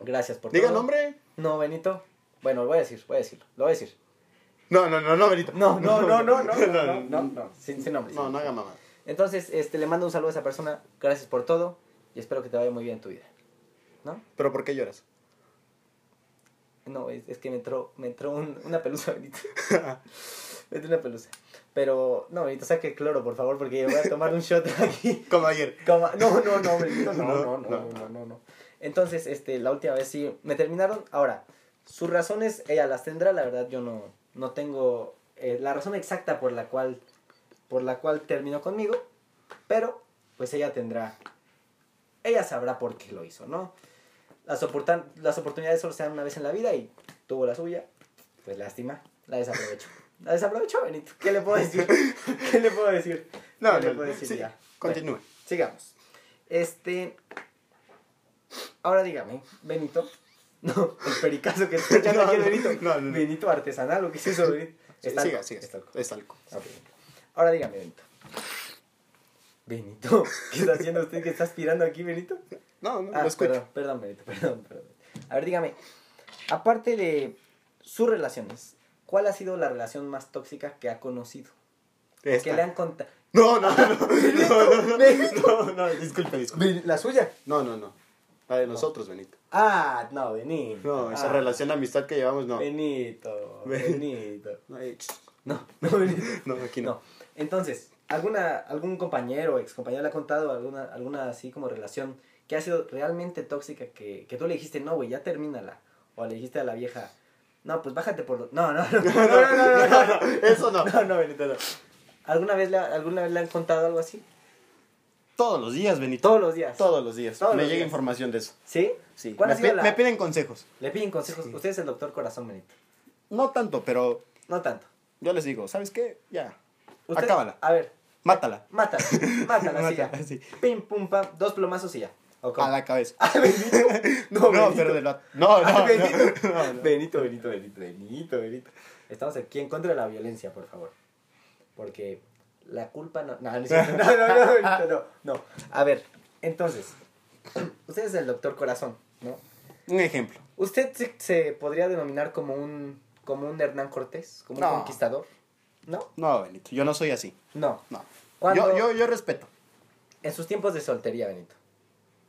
Speaker 1: Gracias por
Speaker 3: Diga
Speaker 1: todo.
Speaker 3: nombre.
Speaker 1: No, Benito. Bueno, lo voy a decir, voy a decirlo, lo voy a decir.
Speaker 3: No, no, no, no, Benito.
Speaker 1: No, no, no, no, no, no, no, no,
Speaker 3: no.
Speaker 1: no, sin, sin nombre. sin
Speaker 3: No, no
Speaker 1: nombre.
Speaker 3: haga mamá.
Speaker 1: Entonces, este, le mando un saludo a esa persona. Gracias por todo y espero que te vaya muy bien en tu vida. ¿No?
Speaker 3: ¿Pero por qué lloras?
Speaker 1: No, es, es que me entró, me entró un- una pelusa, Benito. me entró una pelusa. Pero, no, Benito, saque el cloro, por favor, porque voy a tomar un shot aquí.
Speaker 3: Como ayer.
Speaker 1: Como- No, no, no, Benito, no, no,
Speaker 3: No,
Speaker 1: no,
Speaker 3: no.
Speaker 1: no, no, no. Entonces, este, la última vez sí, me terminaron. Ahora, sus razones, ella las tendrá, la verdad, yo no, no tengo eh, la razón exacta por la cual, por la cual terminó conmigo, pero, pues ella tendrá, ella sabrá por qué lo hizo, ¿no? Las, oportan- las oportunidades solo se dan una vez en la vida y tuvo la suya, pues lástima, la desaprovechó. La desaprovechó, Benito. ¿Qué le puedo decir? ¿Qué le puedo decir?
Speaker 3: No,
Speaker 1: ¿Qué le
Speaker 3: no,
Speaker 1: puedo
Speaker 3: no.
Speaker 1: decir
Speaker 3: Sí,
Speaker 1: ya?
Speaker 3: Continúe.
Speaker 1: Sigamos. Este. Ahora dígame, Benito. No, el pericazo que está echando
Speaker 3: No,
Speaker 1: aquí el
Speaker 3: no,
Speaker 1: Benito.
Speaker 3: no, no, no.
Speaker 1: Benito artesanal, ¿o qué es eso, Benito?
Speaker 3: Sí,
Speaker 1: Está-
Speaker 3: Siga, siga.
Speaker 1: está-
Speaker 3: Es algo.
Speaker 1: ok. Ahora dígame, Benito. Benito, ¿qué está haciendo usted que está aspirando aquí, Benito?
Speaker 3: No, no,
Speaker 1: Ah,
Speaker 3: lo escucho.
Speaker 1: perdón, perdón, Benito, perdón, perdón. A ver, dígame, aparte de sus relaciones, ¿cuál ha sido la relación más tóxica que ha conocido? Que
Speaker 3: Esta.
Speaker 1: le han contado.
Speaker 3: No, no, no, no, no, no, no, no, disculpe, disculpe.
Speaker 1: ¿La suya?
Speaker 3: No, no, no. La de nosotros, Benito.
Speaker 1: Ah, no, Benito.
Speaker 3: No, esa
Speaker 1: Ah,
Speaker 3: relación de amistad que llevamos, no.
Speaker 1: Benito,
Speaker 3: Ben-
Speaker 1: Benito.
Speaker 3: No, eh, ch-
Speaker 1: No, no, Benito.
Speaker 3: no, aquí
Speaker 1: No.
Speaker 3: no.
Speaker 1: Entonces, ¿alguna, ¿algún compañero o excompañero le ha contado alguna, alguna así como relación que ha sido realmente tóxica que, que tú le dijiste, no, güey, ya termínala? O le dijiste a la vieja, no, pues bájate por... lo-". No, no, no, no, no, no, no, no, no.
Speaker 3: Eso no.
Speaker 1: No, no, Benito, no. ¿Alguna vez, le, ha- ¿Alguna vez le han contado algo así?
Speaker 3: Todos los días, Benito.
Speaker 1: Todos los días.
Speaker 3: Todos los días.
Speaker 1: Todos
Speaker 3: me
Speaker 1: los
Speaker 3: llega
Speaker 1: días.
Speaker 3: información de eso.
Speaker 1: ¿Sí?
Speaker 3: Sí.
Speaker 1: ¿Cuál
Speaker 3: me,
Speaker 1: ha sido
Speaker 3: pi-
Speaker 1: la-
Speaker 3: me piden consejos.
Speaker 1: Le piden consejos. Usted es el doctor corazón, Benito.
Speaker 3: No tanto, pero
Speaker 1: No tanto.
Speaker 3: yo les digo, ¿sabes qué? Ya.
Speaker 1: Usted-
Speaker 3: Acábala.
Speaker 1: A ver,
Speaker 3: Mátala.
Speaker 1: Mátala, mátala, sí, ya.
Speaker 3: Mátala, sí.
Speaker 1: Pim, pum, pam, dos plomazos y ya. ¿O cómo? Ah,
Speaker 3: A la cabeza.
Speaker 1: No,
Speaker 3: No,
Speaker 1: Benito.
Speaker 3: pero de la. No, no,
Speaker 1: Ah,
Speaker 3: no,
Speaker 1: Benito.
Speaker 3: no, no.
Speaker 1: Benito, Benito, Benito, Benito, Benito. Estamos aquí en contra de la violencia, por favor. Porque la culpa no... No, no, es cierto. no, no, no, Benito, no, no. A ver, entonces, usted es el doctor corazón, ¿no?
Speaker 3: Un ejemplo.
Speaker 1: ¿Usted se, se podría denominar como un, como un Hernán Cortés? ¿Como un
Speaker 3: No.
Speaker 1: conquistador? ¿No?
Speaker 3: No, Benito, yo no soy así.
Speaker 1: No.
Speaker 3: No.
Speaker 1: ¿Cuándo-
Speaker 3: Yo, yo, yo respeto.
Speaker 1: En sus tiempos de soltería, Benito.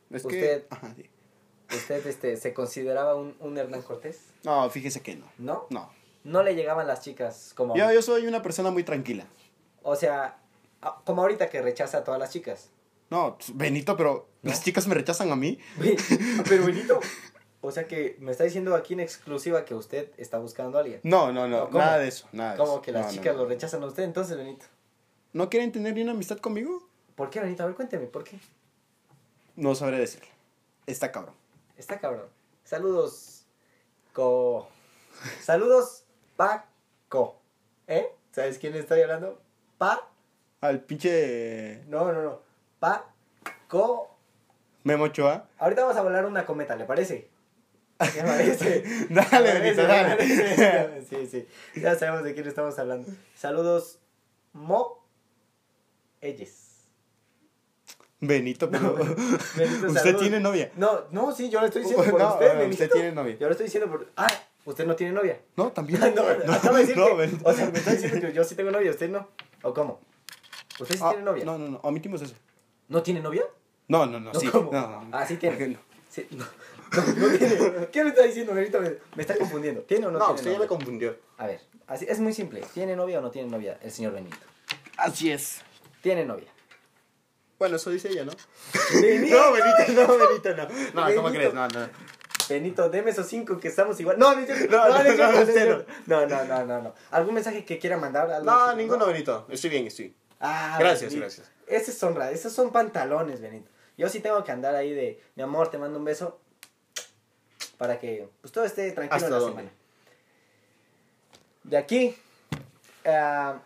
Speaker 3: Es
Speaker 1: Usted-
Speaker 3: que. Ajá, sí.
Speaker 1: ¿Usted este, se consideraba un, un Hernán Cortés?
Speaker 3: No, fíjese que no.
Speaker 1: ¿No?
Speaker 3: No.
Speaker 1: No le llegaban las chicas como...
Speaker 3: Yo, yo soy una persona muy tranquila.
Speaker 1: O sea, a- como ahorita que rechaza a todas las chicas.
Speaker 3: No, pues, Benito, pero las chicas me rechazan a mí.
Speaker 1: Pero Benito, O sea que me está diciendo aquí en exclusiva que usted está buscando a alguien.
Speaker 2: No, no, no,
Speaker 1: No, ¿cómo?
Speaker 2: nada de eso, nada de
Speaker 1: Como
Speaker 2: eso.
Speaker 1: que las
Speaker 2: No, no,
Speaker 1: chicas
Speaker 2: no.
Speaker 1: lo rechazan a usted, entonces, Benito.
Speaker 2: ¿No quieren tener ni una amistad conmigo?
Speaker 1: ¿Por qué, Benito? A ver, cuénteme, ¿por qué?
Speaker 2: No sabré decirlo. Está cabrón.
Speaker 1: Está cabrón. Saludos, Co. Saludos, Paco. ¿Eh? ¿Sabes quién estoy hablando? Pa.
Speaker 2: Al pinche
Speaker 1: No, no, no. Paco.
Speaker 2: Memo Ochoa.
Speaker 1: Ahorita vamos a volar una cometa, ¿le parece? ¿Le parece?
Speaker 2: Dale,
Speaker 1: ¿Le
Speaker 2: Benito,
Speaker 1: parece?
Speaker 2: dale.
Speaker 1: Sí, sí. Ya sabemos de quién estamos hablando. Saludos, Mo. Elles.
Speaker 2: Benito, pero.
Speaker 1: Benito,
Speaker 2: ¿Usted
Speaker 1: saludos.
Speaker 2: tiene novia?
Speaker 1: No, no, sí, yo lo estoy diciendo por
Speaker 2: No,
Speaker 1: usted,
Speaker 2: no,
Speaker 1: Benito.
Speaker 2: usted tiene novia.
Speaker 1: Yo lo estoy diciendo por... Ah, usted no tiene novia.
Speaker 2: No, también.
Speaker 1: No, acaba de decir
Speaker 2: no,
Speaker 1: que-
Speaker 2: Benito.
Speaker 1: O sea, me está diciendo que yo sí tengo novia, usted no. ¿O cómo? ¿Usted sí
Speaker 2: Ah,
Speaker 1: tiene novia?
Speaker 2: No, no, no, omitimos eso.
Speaker 1: ¿No tiene novia?
Speaker 2: No, no, no,
Speaker 1: No,
Speaker 2: sí.
Speaker 1: ¿cómo?
Speaker 2: No, no.
Speaker 1: Ah, sí tiene.
Speaker 2: ¿Por qué no?
Speaker 1: Sí, no, no, no tiene. ¿Qué me está diciendo, Benito? Me, me está confundiendo. ¿Tiene o no,
Speaker 3: No,
Speaker 1: tiene
Speaker 3: usted ya
Speaker 1: novia?
Speaker 3: me confundió.
Speaker 1: A ver, así, es muy simple. ¿Tiene novia o no tiene novia el señor Benito?
Speaker 2: Así es.
Speaker 1: Tiene novia.
Speaker 3: Bueno, eso dice ella, ¿no?
Speaker 1: Benito,
Speaker 3: No, Benito, no, Benito, no. No,
Speaker 1: Benito.
Speaker 3: ¿cómo crees? No, no.
Speaker 1: Benito, deme esos cinco que estamos igual. No, no, es cierto,
Speaker 3: No,
Speaker 1: no, no, es
Speaker 3: no,
Speaker 1: cierto,
Speaker 3: no,
Speaker 1: no, es
Speaker 3: usted
Speaker 1: cierto. no, no, no, no, no. ¿Algún mensaje que quiera mandar? Algo
Speaker 3: No,
Speaker 1: así,
Speaker 3: ninguno, Benito. Estoy bien, estoy.
Speaker 1: Ah,
Speaker 3: Gracias,
Speaker 1: Benito.
Speaker 3: gracias.
Speaker 1: Esos son, ra- esos son pantalones, Benito. Yo sí tengo que andar ahí de, mi amor, te mando un beso. Para que pues, todo esté tranquilo
Speaker 3: ¿Hasta
Speaker 1: en la
Speaker 3: dónde?
Speaker 1: semana. De aquí. ah,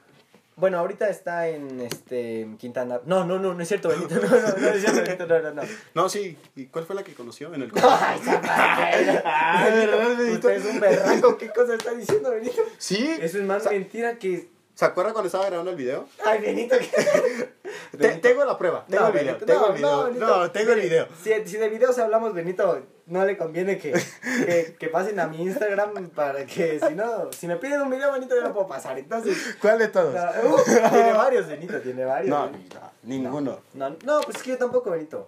Speaker 1: bueno, ahorita está en este Quintana. No, no, no, no es cierto, Benito. No, no, no es cierto, Benito. No, no, no.
Speaker 3: No, sí. ¿Y cuál fue la que conoció en el
Speaker 1: Ay, ah,
Speaker 3: ¿verdad, Benito?
Speaker 1: Usted es un berraco. ¿Qué cosa está diciendo, Benito?
Speaker 3: Sí.
Speaker 1: Eso es más
Speaker 3: Sa-
Speaker 1: mentira que.
Speaker 3: ¿Se acuerda cuando estaba grabando el video?
Speaker 1: Ay, Benito, ¿qué?
Speaker 3: Te-
Speaker 1: Benito.
Speaker 3: tengo la prueba. Tengo
Speaker 1: No,
Speaker 3: el video.
Speaker 1: Benito,
Speaker 3: tengo
Speaker 1: no,
Speaker 3: el video.
Speaker 1: no, Benito.
Speaker 3: No, tengo el video.
Speaker 1: Si, si de videos hablamos, Benito, no le conviene que, que, que pasen a mi Instagram para que, si no, si me piden un video, Benito, yo no puedo pasar. Entonces,
Speaker 2: ¿Cuál de
Speaker 1: no,
Speaker 2: todos?
Speaker 1: uh, tiene varios, Benito, tiene varios.
Speaker 2: No,
Speaker 1: Benito.
Speaker 2: no, ninguno.
Speaker 1: No, no, pues es que yo tampoco, Benito.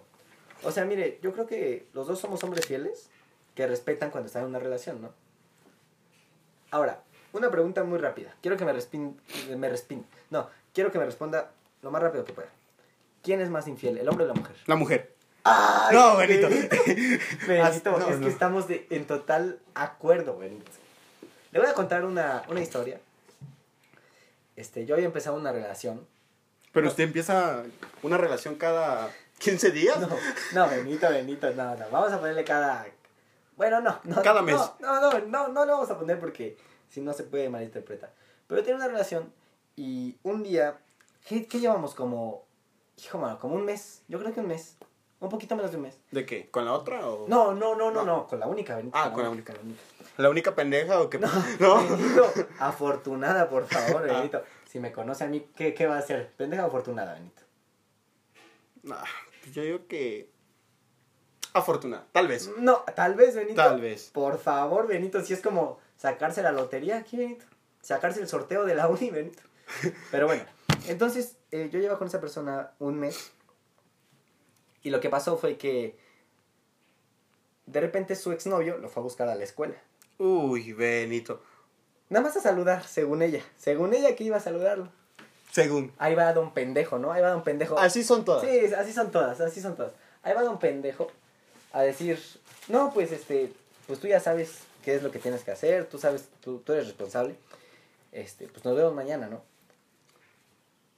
Speaker 1: O sea, mire, yo creo que los dos somos hombres fieles que respetan cuando están en una relación, ¿no? Ahora, una pregunta muy rápida. Quiero que me respin... Me respin no, quiero que me responda lo más rápido que pueda. ¿Quién es más infiel, el hombre o la mujer?
Speaker 2: La mujer. no, Benito.
Speaker 1: Benito,
Speaker 2: Ah, no,
Speaker 1: es
Speaker 2: no.
Speaker 1: que estamos de- en total acuerdo, Benito. Le voy a contar una, una historia. Este, yo había empezado una relación.
Speaker 2: Pero
Speaker 3: Usted empieza una relación cada 15 días.
Speaker 1: No, no, Benito, Benito, no, no. Vamos a ponerle cada. Bueno, no, no.
Speaker 3: Cada
Speaker 1: no,
Speaker 3: mes.
Speaker 1: No, no, no, no, le vamos a poner porque si no se puede malinterpretar. Pero tenía una relación y un día. ¿Qué, qué llevamos? Como. Hijo, mano, como un mes. Yo creo que un mes. Un poquito menos de un mes.
Speaker 3: ¿De qué? ¿Con la otra o...?
Speaker 1: No, no, no, no, no.
Speaker 3: No.
Speaker 1: con la única, Benito.
Speaker 3: Ah, con la única.
Speaker 1: con la única.
Speaker 3: ¿La única pendeja o qué? No.
Speaker 1: Benito, afortunada, por favor, Benito. Si me conoce a mí, ¿qué, qué va a hacer? Pendeja o afortunada, Benito.
Speaker 3: Nah, pues yo digo que... Afortunada, tal vez.
Speaker 1: No, tal vez, Benito.
Speaker 3: Tal vez.
Speaker 1: Por favor, Benito, si es como sacarse la lotería aquí, Benito. Sacarse el sorteo de la uni, Benito. Pero bueno, entonces eh, yo llevo con esa persona un mes. Y lo que pasó fue que de repente su exnovio lo fue a buscar a la escuela.
Speaker 3: Uy, Benito.
Speaker 1: Nada más a saludar, según ella. Según ella que iba a saludarlo.
Speaker 2: Según.
Speaker 1: Ahí va don pendejo, ¿no? Ahí va don pendejo.
Speaker 3: Así son todas.
Speaker 1: Sí, así son todas, así son todas. Ahí va un pendejo a decir, no, pues este, pues tú ya sabes qué es lo que tienes que hacer, tú sabes, tú, tú eres responsable. Este, pues nos vemos mañana, ¿no?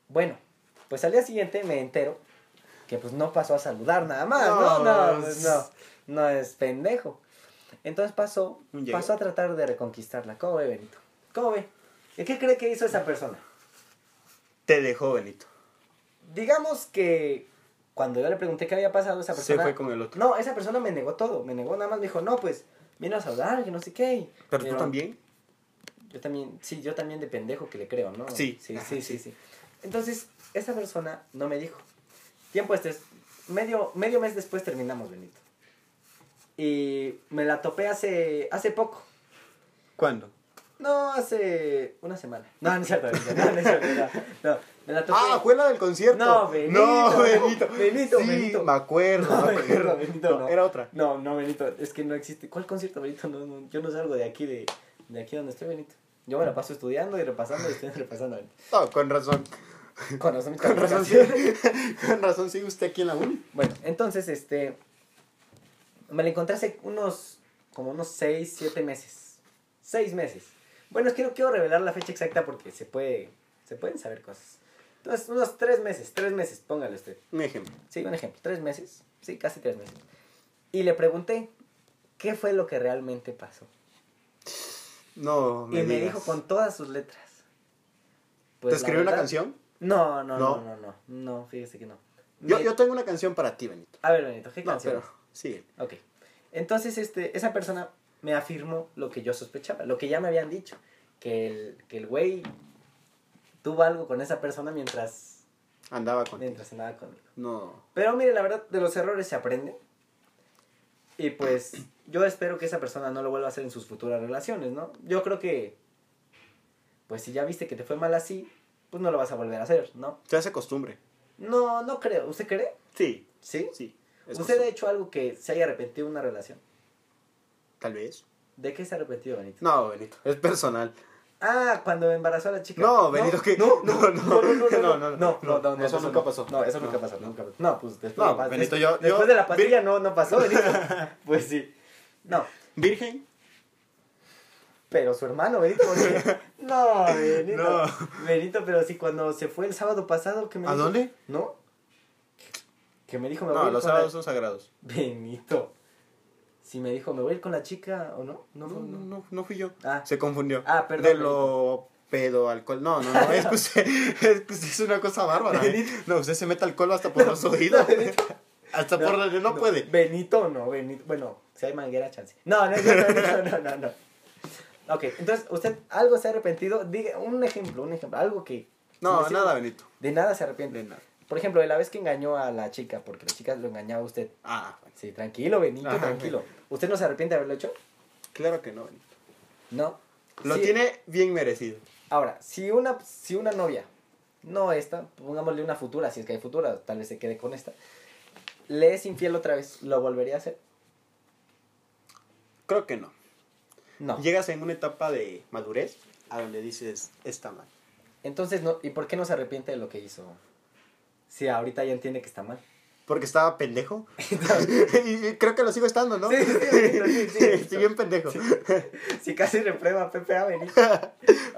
Speaker 1: Bueno, pues al día siguiente me entero que pues no pasó a saludar nada más, ¿no? No,
Speaker 3: No,
Speaker 1: pues,
Speaker 3: es-
Speaker 1: no, no es pendejo. Entonces pasó,
Speaker 3: Un llego.
Speaker 1: pasó a tratar de reconquistarla. ¿Cómo ve, Benito? ¿Cómo ve? ¿Y qué cree que hizo esa persona?
Speaker 3: Te dejó, Benito.
Speaker 1: digamos que cuando yo le pregunté qué había pasado, esa
Speaker 3: Se
Speaker 1: persona.
Speaker 3: fue con el otro.
Speaker 1: No, esa persona me negó todo. Me negó nada más. Me dijo, no, pues vino a saludar, que no sé qué. y-
Speaker 3: ¿Pero tú también?
Speaker 1: Yo también, sí, yo también de pendejo que le creo, ¿no?
Speaker 3: Sí.
Speaker 1: Sí, sí, sí. sí. Entonces, esa persona no me dijo. Tiempo este, medio, medio mes después terminamos, Benito. Y me la topé hace, hace poco.
Speaker 3: ¿Cuándo?
Speaker 1: No, hace una semana. No, no es cierto, Benito, no, no es cierto. No, no, me la topé.
Speaker 3: Ah, fue la del concierto.
Speaker 1: No, Benito,
Speaker 3: No,
Speaker 1: no.
Speaker 3: Benito.
Speaker 1: Benito,
Speaker 3: Sí,
Speaker 1: Benito.
Speaker 3: me acuerdo,
Speaker 1: No,
Speaker 3: me
Speaker 1: Benito,
Speaker 3: acuerdo.
Speaker 1: Benito, no.
Speaker 3: Era otra.
Speaker 1: No, no, Benito, es que no existe. ¿Cuál concierto, Benito? No, no, yo no salgo de aquí, de, de aquí donde estoy, Benito. Yo me la paso estudiando y repasando y estudiando y repasando. Benito.
Speaker 3: No, con razón.
Speaker 1: Con razón, mis
Speaker 3: Con razón, sí.
Speaker 1: calificaciones.
Speaker 3: con razón sigue usted aquí en la uni.
Speaker 1: Bueno, entonces, este, me la encontré hace unos como unos 6, 7 meses. 6 meses. Bueno, es que no quiero revelar la fecha exacta porque se puede se pueden saber cosas. Entonces, unos 3 meses, 3 meses, póngale usted.
Speaker 3: Un ejemplo.
Speaker 1: Sí, un ejemplo, 3 meses. Sí, casi 3 meses. Y le pregunté, ¿qué fue lo que realmente pasó?
Speaker 3: No,
Speaker 1: y me
Speaker 3: digas.
Speaker 1: dijo con todas sus letras.
Speaker 3: ¿Te
Speaker 1: Pues, la
Speaker 3: escribió una
Speaker 1: verdad-
Speaker 3: canción?
Speaker 1: No, no, no,
Speaker 3: No.
Speaker 1: no, no, no, fíjese que no.
Speaker 3: Yo,
Speaker 1: Me-
Speaker 3: yo tengo una canción para ti, Benito.
Speaker 1: A ver, Benito, ¿qué
Speaker 3: No,
Speaker 1: canción?
Speaker 3: pero sigue.
Speaker 1: Ok. Entonces, este, esa persona me afirmó lo que yo sospechaba, lo que ya me habían dicho, que el, que el güey tuvo algo con esa persona mientras,
Speaker 3: Andaba con.
Speaker 1: mientras andaba conmigo.
Speaker 3: No.
Speaker 1: Pero mire, la verdad, de los errores se aprende. Y pues yo espero que esa persona no lo vuelva a hacer en sus futuras relaciones, ¿no? Yo creo que, pues si ya viste que te fue mal así, pues no lo vas a volver a hacer, ¿no?
Speaker 3: Se hace costumbre.
Speaker 1: No, no creo. ¿Usted cree?
Speaker 3: Sí,
Speaker 1: ¿Sí?
Speaker 3: sí.
Speaker 1: ¿Usted
Speaker 3: es
Speaker 1: ha
Speaker 3: costumbre.
Speaker 1: hecho algo que se haya arrepentido de una relación?
Speaker 3: Tal vez.
Speaker 1: ¿De qué se ha arrepentido, Benito?
Speaker 3: No, Benito. Es personal.
Speaker 1: Ah, cuando embarazó a la chica.
Speaker 3: No, Benito,
Speaker 1: no,
Speaker 3: que-
Speaker 1: No, no,
Speaker 3: no,
Speaker 1: no, no, no, no, no, no, no,
Speaker 3: no,
Speaker 1: no, no,
Speaker 3: eso
Speaker 1: no,
Speaker 3: nunca
Speaker 1: no.
Speaker 3: pasó.
Speaker 1: No, eso nunca
Speaker 3: No,
Speaker 1: pasó,
Speaker 3: no.
Speaker 1: nunca pasó. No, pues después,
Speaker 3: No,
Speaker 1: de la pa-
Speaker 3: Benito,
Speaker 1: des-
Speaker 3: yo-
Speaker 1: después
Speaker 3: yo-
Speaker 1: de la pastilla no, no pasó, Benito. pues sí. No,
Speaker 3: ¿Virgen?
Speaker 1: pero su hermano, Benito, porque- no, Benito,
Speaker 3: No.
Speaker 1: Benito, pero sí, cuando se fue el sábado pasado, que me
Speaker 3: ¿A
Speaker 1: dijo?
Speaker 3: dónde?
Speaker 1: ¿No? Que me dijo, me voy a
Speaker 3: No,
Speaker 1: ir
Speaker 3: los
Speaker 1: con la-
Speaker 3: sábados son sagrados.
Speaker 1: Benito, si me dijo, me voy a ir con la chica, ¿o no? No,
Speaker 3: No,
Speaker 1: fue-
Speaker 3: no, no, no fui yo.
Speaker 1: Ah.
Speaker 3: Se confundió.
Speaker 1: Ah, perdón,
Speaker 3: De
Speaker 1: Benito.
Speaker 3: lo pedo, alcohol. No, no, no. Es que usted es, que usted es una cosa bárbara. ¿eh? No, usted se mete alcohol hasta por los oídos. ¿eh? Hasta por donde no puede.
Speaker 1: Benito no, Benito. Bueno, si hay manguera, chance. No, no, no, no, no, no, no. Ok, entonces, ¿usted algo se ha arrepentido? Diga un ejemplo, un ejemplo, algo que...
Speaker 3: No,
Speaker 1: Sí,
Speaker 3: nada, Benito.
Speaker 1: De nada se arrepiente.
Speaker 3: De nada.
Speaker 1: Por ejemplo, de la vez que engañó a la chica, porque la chica lo engañaba a usted.
Speaker 3: Ah, bueno.
Speaker 1: Sí, tranquilo, Benito,
Speaker 3: Ajá,
Speaker 1: tranquilo. ¿Usted no se arrepiente de haberlo hecho?
Speaker 3: claro que no, Benito.
Speaker 1: No.
Speaker 3: Lo
Speaker 1: Sí.
Speaker 3: tiene bien merecido.
Speaker 1: Ahora, si una, si una novia, no esta, pongámosle una futura, si es que hay futura, tal vez se quede con esta, le es infiel otra vez, ¿lo volvería a hacer?
Speaker 3: Creo que no.
Speaker 1: No.
Speaker 3: Llegas en una etapa de madurez a donde dices, está mal.
Speaker 1: Entonces, no, ¿y por qué no se arrepiente de lo que hizo? Si ahorita ya entiende que está mal.
Speaker 3: Porque estaba pendejo. y y creo que lo sigo estando, ¿no?
Speaker 1: Sí, sí, sí, sí, sí.
Speaker 3: Estoy bien pendejo.
Speaker 1: Si casi reprueba a Pepe a venir.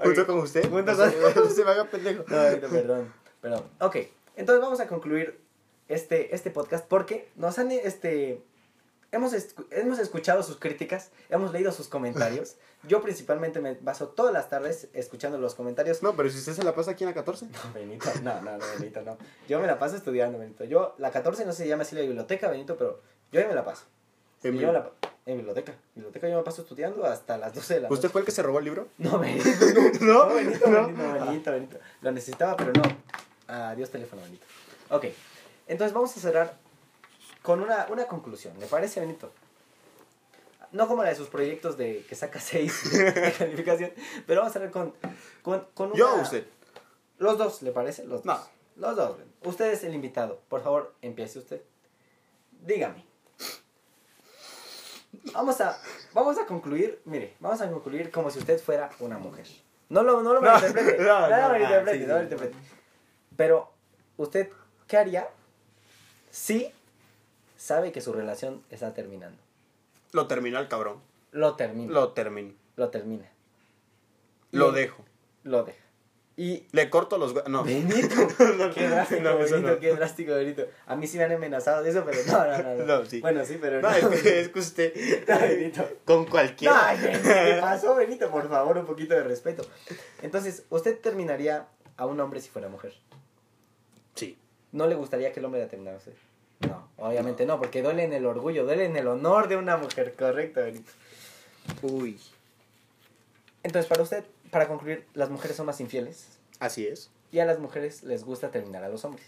Speaker 3: Junto con usted.
Speaker 1: Junto
Speaker 3: no, se, no se me haga pendejo.
Speaker 1: perdón, perdón. Ok, entonces vamos a concluir este, este podcast porque nos han, este, hemos, escu- hemos escuchado sus críticas, hemos leído sus comentarios. Yo principalmente me baso todas las tardes escuchando los comentarios.
Speaker 3: No, pero si usted se la pasa aquí en la 14.
Speaker 1: Benito, no, no, no, Benito, no. Yo me la paso estudiando, Benito. Yo, la 14 no se llama así la biblioteca, Benito, pero yo ahí me la paso.
Speaker 3: En
Speaker 1: Y yo
Speaker 3: vivo.
Speaker 1: la pa- en biblioteca. Biblioteca yo me paso estudiando hasta las 12 de la
Speaker 3: ¿Usted
Speaker 1: noche.
Speaker 3: fue el que se robó el libro?
Speaker 1: No, Benito, no.
Speaker 3: No,
Speaker 1: Benito,
Speaker 3: no.
Speaker 1: Benito, Benito, Benito. Lo necesitaba, pero no. Adiós teléfono, Benito. Ok. Entonces vamos a cerrar con una, una conclusión. ¿Le parece, Benito? No como la de sus proyectos de que saca 6 de calificación, pero vamos a cerrar con, con, con una...
Speaker 3: Yo o usted.
Speaker 1: Los dos, ¿le parece? Los dos.
Speaker 3: No.
Speaker 1: Los dos. Benito. Usted es el invitado. Por favor, empiece usted. Dígame. Vamos a, vamos a concluir, mire, vamos a concluir como si usted fuera una mujer. No lo, no lo
Speaker 3: No,
Speaker 1: malinterprete.
Speaker 3: no,
Speaker 1: No,
Speaker 3: no,
Speaker 1: lo
Speaker 3: ah,
Speaker 1: malinterprete,
Speaker 3: sí,
Speaker 1: no lo
Speaker 3: sí.
Speaker 1: malinterprete. Pero, ¿usted qué haría si sabe que su relación está terminando?
Speaker 3: Lo terminó el cabrón.
Speaker 1: Lo termina. Lo,
Speaker 3: Lo terminó.
Speaker 1: termina.
Speaker 3: Lo
Speaker 1: Y-
Speaker 3: dejo.
Speaker 1: Lo deja. Y
Speaker 3: Le corto los... hue- No.
Speaker 1: Benito.
Speaker 3: No,
Speaker 1: qué drástico,
Speaker 3: no, eso
Speaker 1: Benito,
Speaker 3: no.
Speaker 1: qué drástico, Benito. A mí sí me han amenazado de eso, pero no, no, no. no.
Speaker 3: No, sí.
Speaker 1: Bueno, sí, pero no.
Speaker 3: No, es que, es que usted...
Speaker 1: No, Benito.
Speaker 3: Con
Speaker 1: No,
Speaker 3: cualquiera.
Speaker 1: ¿qué te pasó, Benito? Por favor, un poquito de respeto. Entonces, ¿usted terminaría a un hombre si fuera mujer?
Speaker 3: Sí.
Speaker 1: ¿No le gustaría que el hombre la terminara a usted? No, obviamente no, porque duele en el orgullo, duele en el honor de una mujer, correcto, Benito.
Speaker 3: Uy.
Speaker 1: Entonces, para usted, para concluir, las mujeres son más infieles
Speaker 3: Así es.
Speaker 1: y a las mujeres les gusta terminar a los hombres.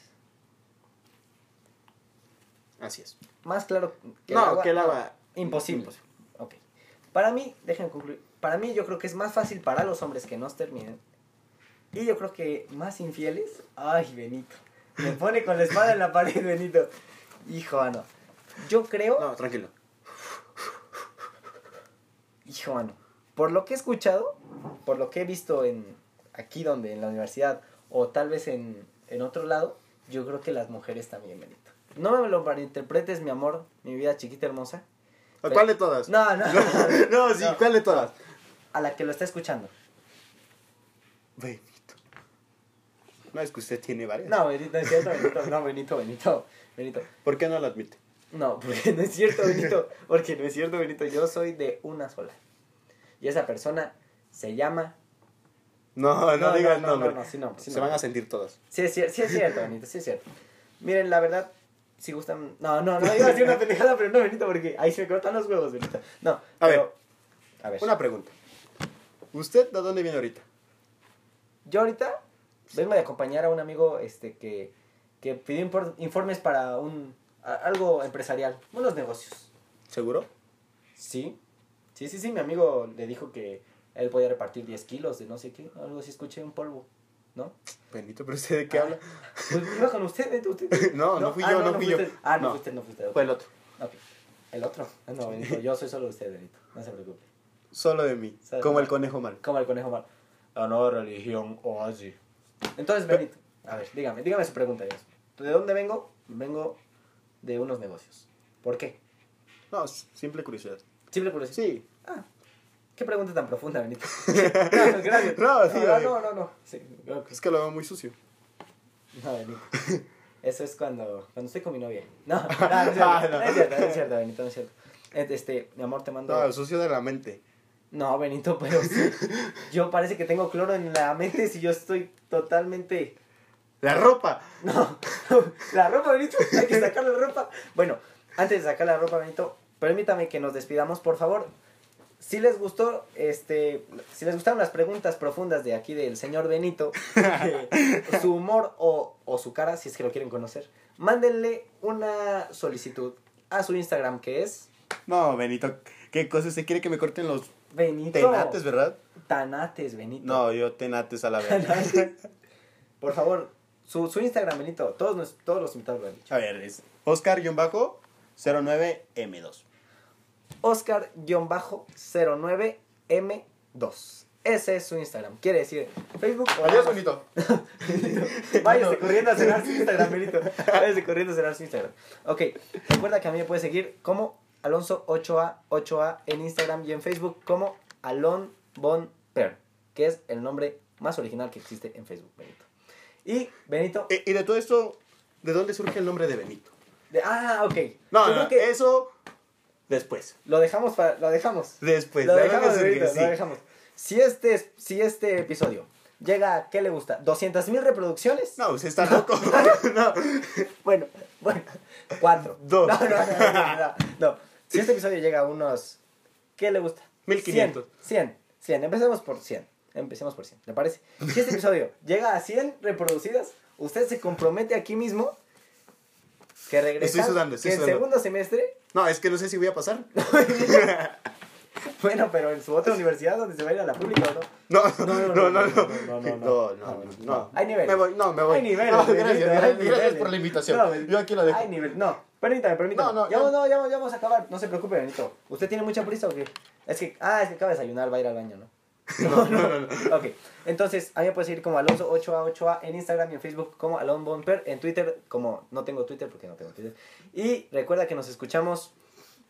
Speaker 3: Así es.
Speaker 1: Más claro
Speaker 3: No, que el agua.
Speaker 1: Imposible.
Speaker 3: Imposible.
Speaker 1: Ok. Para mí, déjenme concluir. Para mí, yo creo que es más fácil para los hombres que nos terminen. Y yo creo que más infieles. Ay, Benito. Me pone con la espada en la pared, Benito. Hijo, mano. Yo creo.
Speaker 3: No, tranquilo.
Speaker 1: Hijo, mano. Por lo que he escuchado, por lo que he visto en aquí donde, en la universidad, o tal vez en, en otro lado, yo creo que las mujeres también, Benito. No me lo malinterpretes, mi amor, mi vida chiquita hermosa.
Speaker 3: ¿A cuál de todas?
Speaker 1: No, no.
Speaker 3: No, sí, ¿cuál de todas?
Speaker 1: A la que lo está escuchando.
Speaker 3: Benito. No, es que usted tiene varias.
Speaker 1: No, Benito, no es cierto, Benito. No, Benito, Benito. Benito.
Speaker 3: ¿Por qué no lo admite?
Speaker 1: No, porque no es cierto, Benito. Porque no es cierto, Benito. Yo soy de una sola. Y esa persona se llama.
Speaker 3: No, no, digas
Speaker 1: no,
Speaker 3: nombre.
Speaker 1: no, sí, no, sí,
Speaker 3: Se
Speaker 1: no.
Speaker 3: van a sentir todas.
Speaker 1: Sí, es, cier- sí es cierto, Benito, sí es cierto. Miren, la verdad, si gustan. No, no, no iba a decir una pendejada, pero no, Benito, porque ahí se me cortan los huevos, Benito. No, a
Speaker 3: ver.
Speaker 1: A ver.
Speaker 3: Una pregunta. ¿Usted de dónde viene ahorita?
Speaker 1: Yo ahorita vengo de acompañar a un amigo este que, que pidió impor- informes para un a- algo empresarial, unos negocios.
Speaker 3: ¿Seguro?
Speaker 1: Sí, sí, sí, sí, mi amigo le dijo que él podía repartir 10 kilos de no sé qué, algo así, escuché un polvo, ¿no?
Speaker 3: Benito, pero usted de qué
Speaker 1: Ah,
Speaker 3: habla?
Speaker 1: Pues iba con usted, ¿eh? usted.
Speaker 3: No, no fui
Speaker 1: Ah,
Speaker 3: yo, no fui yo.
Speaker 1: usted. Ah, no,
Speaker 3: No.
Speaker 1: fue usted, no fue usted. ok.
Speaker 3: Fue el otro.
Speaker 1: Ok. El otro. Ah, No, Benito, yo soy solo usted, Benito, no se preocupe.
Speaker 3: Solo de mí.
Speaker 1: Solo.
Speaker 3: Como el conejo mal.
Speaker 1: Como el conejo mal. La nueva religión o así. Entonces, Benito, a ver, dígame, dígame su pregunta. Dios. ¿De dónde vengo? Vengo de unos negocios. ¿Por qué?
Speaker 3: No, s- simple curiosidad.
Speaker 1: Simple curiosidad.
Speaker 3: Sí.
Speaker 1: Ah, qué pregunta tan profunda, Benito. no, gracias.
Speaker 3: No, sí,
Speaker 1: no,
Speaker 3: oye.
Speaker 1: no, no, no. Sí, no, pues,
Speaker 3: Es que lo veo muy sucio.
Speaker 1: no, Benito. Eso es cuando, cuando estoy con mi novia. No, no, no, es cierto,
Speaker 3: Ah,
Speaker 1: no
Speaker 3: no.
Speaker 1: es cierto, no es cierto, Benito, no es cierto. Este, mi amor, te mando...
Speaker 3: No, sucio de la mente.
Speaker 1: No, Benito, pero sí. yo parece que tengo cloro en la mente si yo estoy totalmente...
Speaker 3: La ropa.
Speaker 1: No, la ropa, Benito, hay que sacar la ropa. Bueno, antes de sacar la ropa, Benito, permítame que nos despidamos, por favor. Si les gustó, este, si les gustaron las preguntas profundas de aquí del señor Benito, eh, su humor o, o su cara, si es que lo quieren conocer, mándenle una solicitud a su Instagram que es
Speaker 2: No, Benito, ¿qué cosa usted quiere que me corten los
Speaker 1: Benito
Speaker 2: tenates, verdad?
Speaker 1: Tanates, Benito.
Speaker 3: No, yo tenates a la vez.
Speaker 1: Tanates. Por favor, su, su Instagram, Benito, todos, nos- todos los invitados lo han dicho.
Speaker 2: A ver, es
Speaker 3: Oscar-09M2.
Speaker 1: Oscar-09M2. Ese es su Instagram. Quiere decir Facebook. o
Speaker 3: Adiós,
Speaker 1: nada más.
Speaker 3: bonito.
Speaker 1: Váyase corriendo a cenar su Instagram, Benito. Váyase corriendo a cenar su Instagram. Ok, recuerda que a mí me puedes seguir como Alonso8A8A en Instagram y en Facebook como Alon Bon Per, que es el nombre más original que existe en Facebook, Benito. Y Benito.
Speaker 3: Eh, Y, y de todo esto, ¿de dónde surge el nombre de Benito?
Speaker 1: de- ah, ok.
Speaker 3: No,
Speaker 1: Yo creo
Speaker 3: no,
Speaker 1: que
Speaker 3: eso después.
Speaker 1: lo dejamos para. Lo dejamos.
Speaker 3: Después.
Speaker 1: lo
Speaker 3: de
Speaker 1: dejamos,
Speaker 3: dónde surge,
Speaker 1: Benito,
Speaker 3: sí.
Speaker 1: lo dejamos. Si este, si este episodio llega a, ¿qué le gusta? ¿200 mil reproducciones?
Speaker 3: No, usted está loco. no.
Speaker 1: Bueno, bueno, cuatro.
Speaker 3: Dos.
Speaker 1: No, no, no, no, no, no, no. Si este episodio llega a unos, ¿qué le gusta?
Speaker 3: 1500.
Speaker 1: 100, 100, 100. Empecemos por 100. Empecemos por 100, ¿le parece? Si este episodio llega a 100 reproducidas, usted se compromete aquí mismo que regresa.
Speaker 3: Estoy sudando, estoy
Speaker 1: que
Speaker 3: sudando.
Speaker 1: el segundo semestre
Speaker 3: No, es que no sé si voy a pasar.
Speaker 1: Bueno, pero en su otra universidad donde se va a ir a la pública, ¿o ¿no?
Speaker 3: No, no, no, no, no,
Speaker 1: no, no, no.
Speaker 3: no, no, no,
Speaker 1: No,
Speaker 3: no.
Speaker 1: hay niveles.
Speaker 3: Me voy, no, me voy.
Speaker 1: Hay niveles.
Speaker 3: No,
Speaker 1: Benito,
Speaker 3: gracias,
Speaker 1: hay
Speaker 3: gracias,
Speaker 1: niveles.
Speaker 3: gracias por la invitación.
Speaker 1: No, Benito,
Speaker 3: Yo aquí lo dejo.
Speaker 1: Hay nivel, no. Permítame, permítame.
Speaker 3: No, no,
Speaker 1: ya,
Speaker 3: ya-
Speaker 1: no, ya, ya vamos a acabar. No se preocupe, Benito. ¿Usted tiene mucha prisa o qué? Es que, ah, es que acaba de desayunar, va a ir al baño, ¿no? No, no, Ok, entonces a mí me puedes seguir como Alonso8A8A en Instagram y en Facebook como Alon Bonper, en Twitter como no tengo Twitter porque no tengo Twitter. Y recuerda que nos escuchamos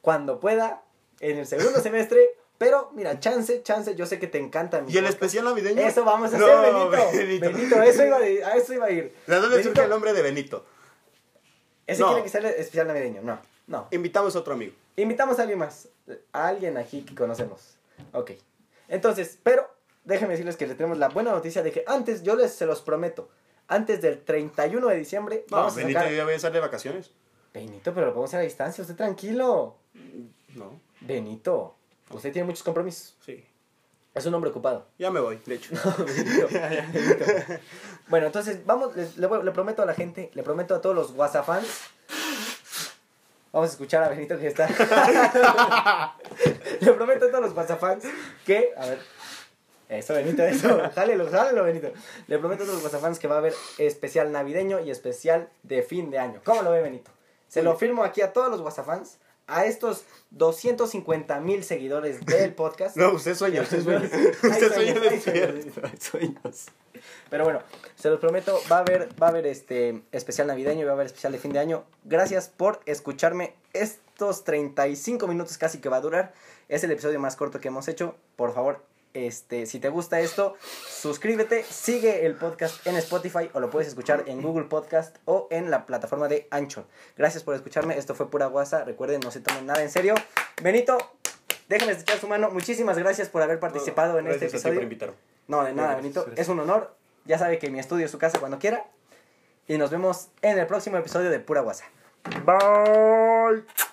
Speaker 1: cuando pueda en el segundo semestre, pero mira, chance, chance, yo sé que te encanta mi
Speaker 3: ¿Y el
Speaker 1: podcast.
Speaker 3: especial navideño?
Speaker 1: Eso vamos a
Speaker 3: No,
Speaker 1: hacer, Benito. Benito.
Speaker 3: Benito.
Speaker 1: eso iba a, a eso iba a ir.
Speaker 3: ¿De dónde
Speaker 1: Benito,
Speaker 3: surge el nombre de Benito?
Speaker 1: Ese
Speaker 3: No.
Speaker 1: quiere que sea el especial navideño. No, no.
Speaker 3: Invitamos a otro amigo.
Speaker 1: Invitamos a alguien más. A alguien aquí que conocemos. Ok. Entonces, pero déjenme decirles que les tenemos la buena noticia de que antes, yo les se los prometo, antes del 31 de diciembre,
Speaker 3: No,
Speaker 1: vamos a
Speaker 3: Benito,
Speaker 1: sacar...
Speaker 3: yo ya voy a estar de vacaciones.
Speaker 1: Benito, pero lo podemos hacer a distancia. Usted tranquilo.
Speaker 3: No,
Speaker 1: Benito, usted tiene muchos compromisos.
Speaker 3: sí.
Speaker 1: Es un hombre ocupado.
Speaker 3: Ya me voy, de hecho.
Speaker 1: Benito, Benito. Bueno, entonces vamos, les- le, voy- le prometo a la gente, le prometo a todos los WhatsAppans. Vamos a escuchar a Benito que está. le prometo a todos los WhatsAppans que. A ver. Eso, Benito, eso. Jálelo, jálelo, Benito. Le prometo a todos los WhatsAppans que va a haber especial navideño y especial de fin de año. ¿Cómo lo ve, Benito? Se lo firmo aquí a todos los WhatsAppans, a estos 250 mil seguidores del podcast.
Speaker 3: No, usted sueña, usted sueña.
Speaker 1: Hay
Speaker 3: Usted sueña
Speaker 1: sueños, hay
Speaker 3: despierto.
Speaker 1: sueños, hay sueños. Pero bueno, se los prometo, va a haber, va a haber este especial navideño y va a haber especial de fin de año. Gracias por escucharme este 235 minutos casi que va a durar. Es el episodio más corto que hemos hecho. Por favor, este, si te gusta esto, suscríbete, sigue el podcast en Spotify o lo puedes escuchar en Google Podcast o en la plataforma de Anchor. Gracias por escucharme. Esto fue pura guasa. Recuerden, no se tomen nada en serio. Benito, déjame estrechar su mano. Muchísimas gracias por haber participado en este
Speaker 3: Gracias a ti
Speaker 1: episodio.
Speaker 3: por invitarme.
Speaker 1: No, de nada,
Speaker 3: Gracias,
Speaker 1: Benito.
Speaker 3: gracias.
Speaker 1: Es un honor. Ya sabe que mi estudio es su casa cuando quiera. Y nos vemos en el próximo episodio de Pura Guasa. Bye.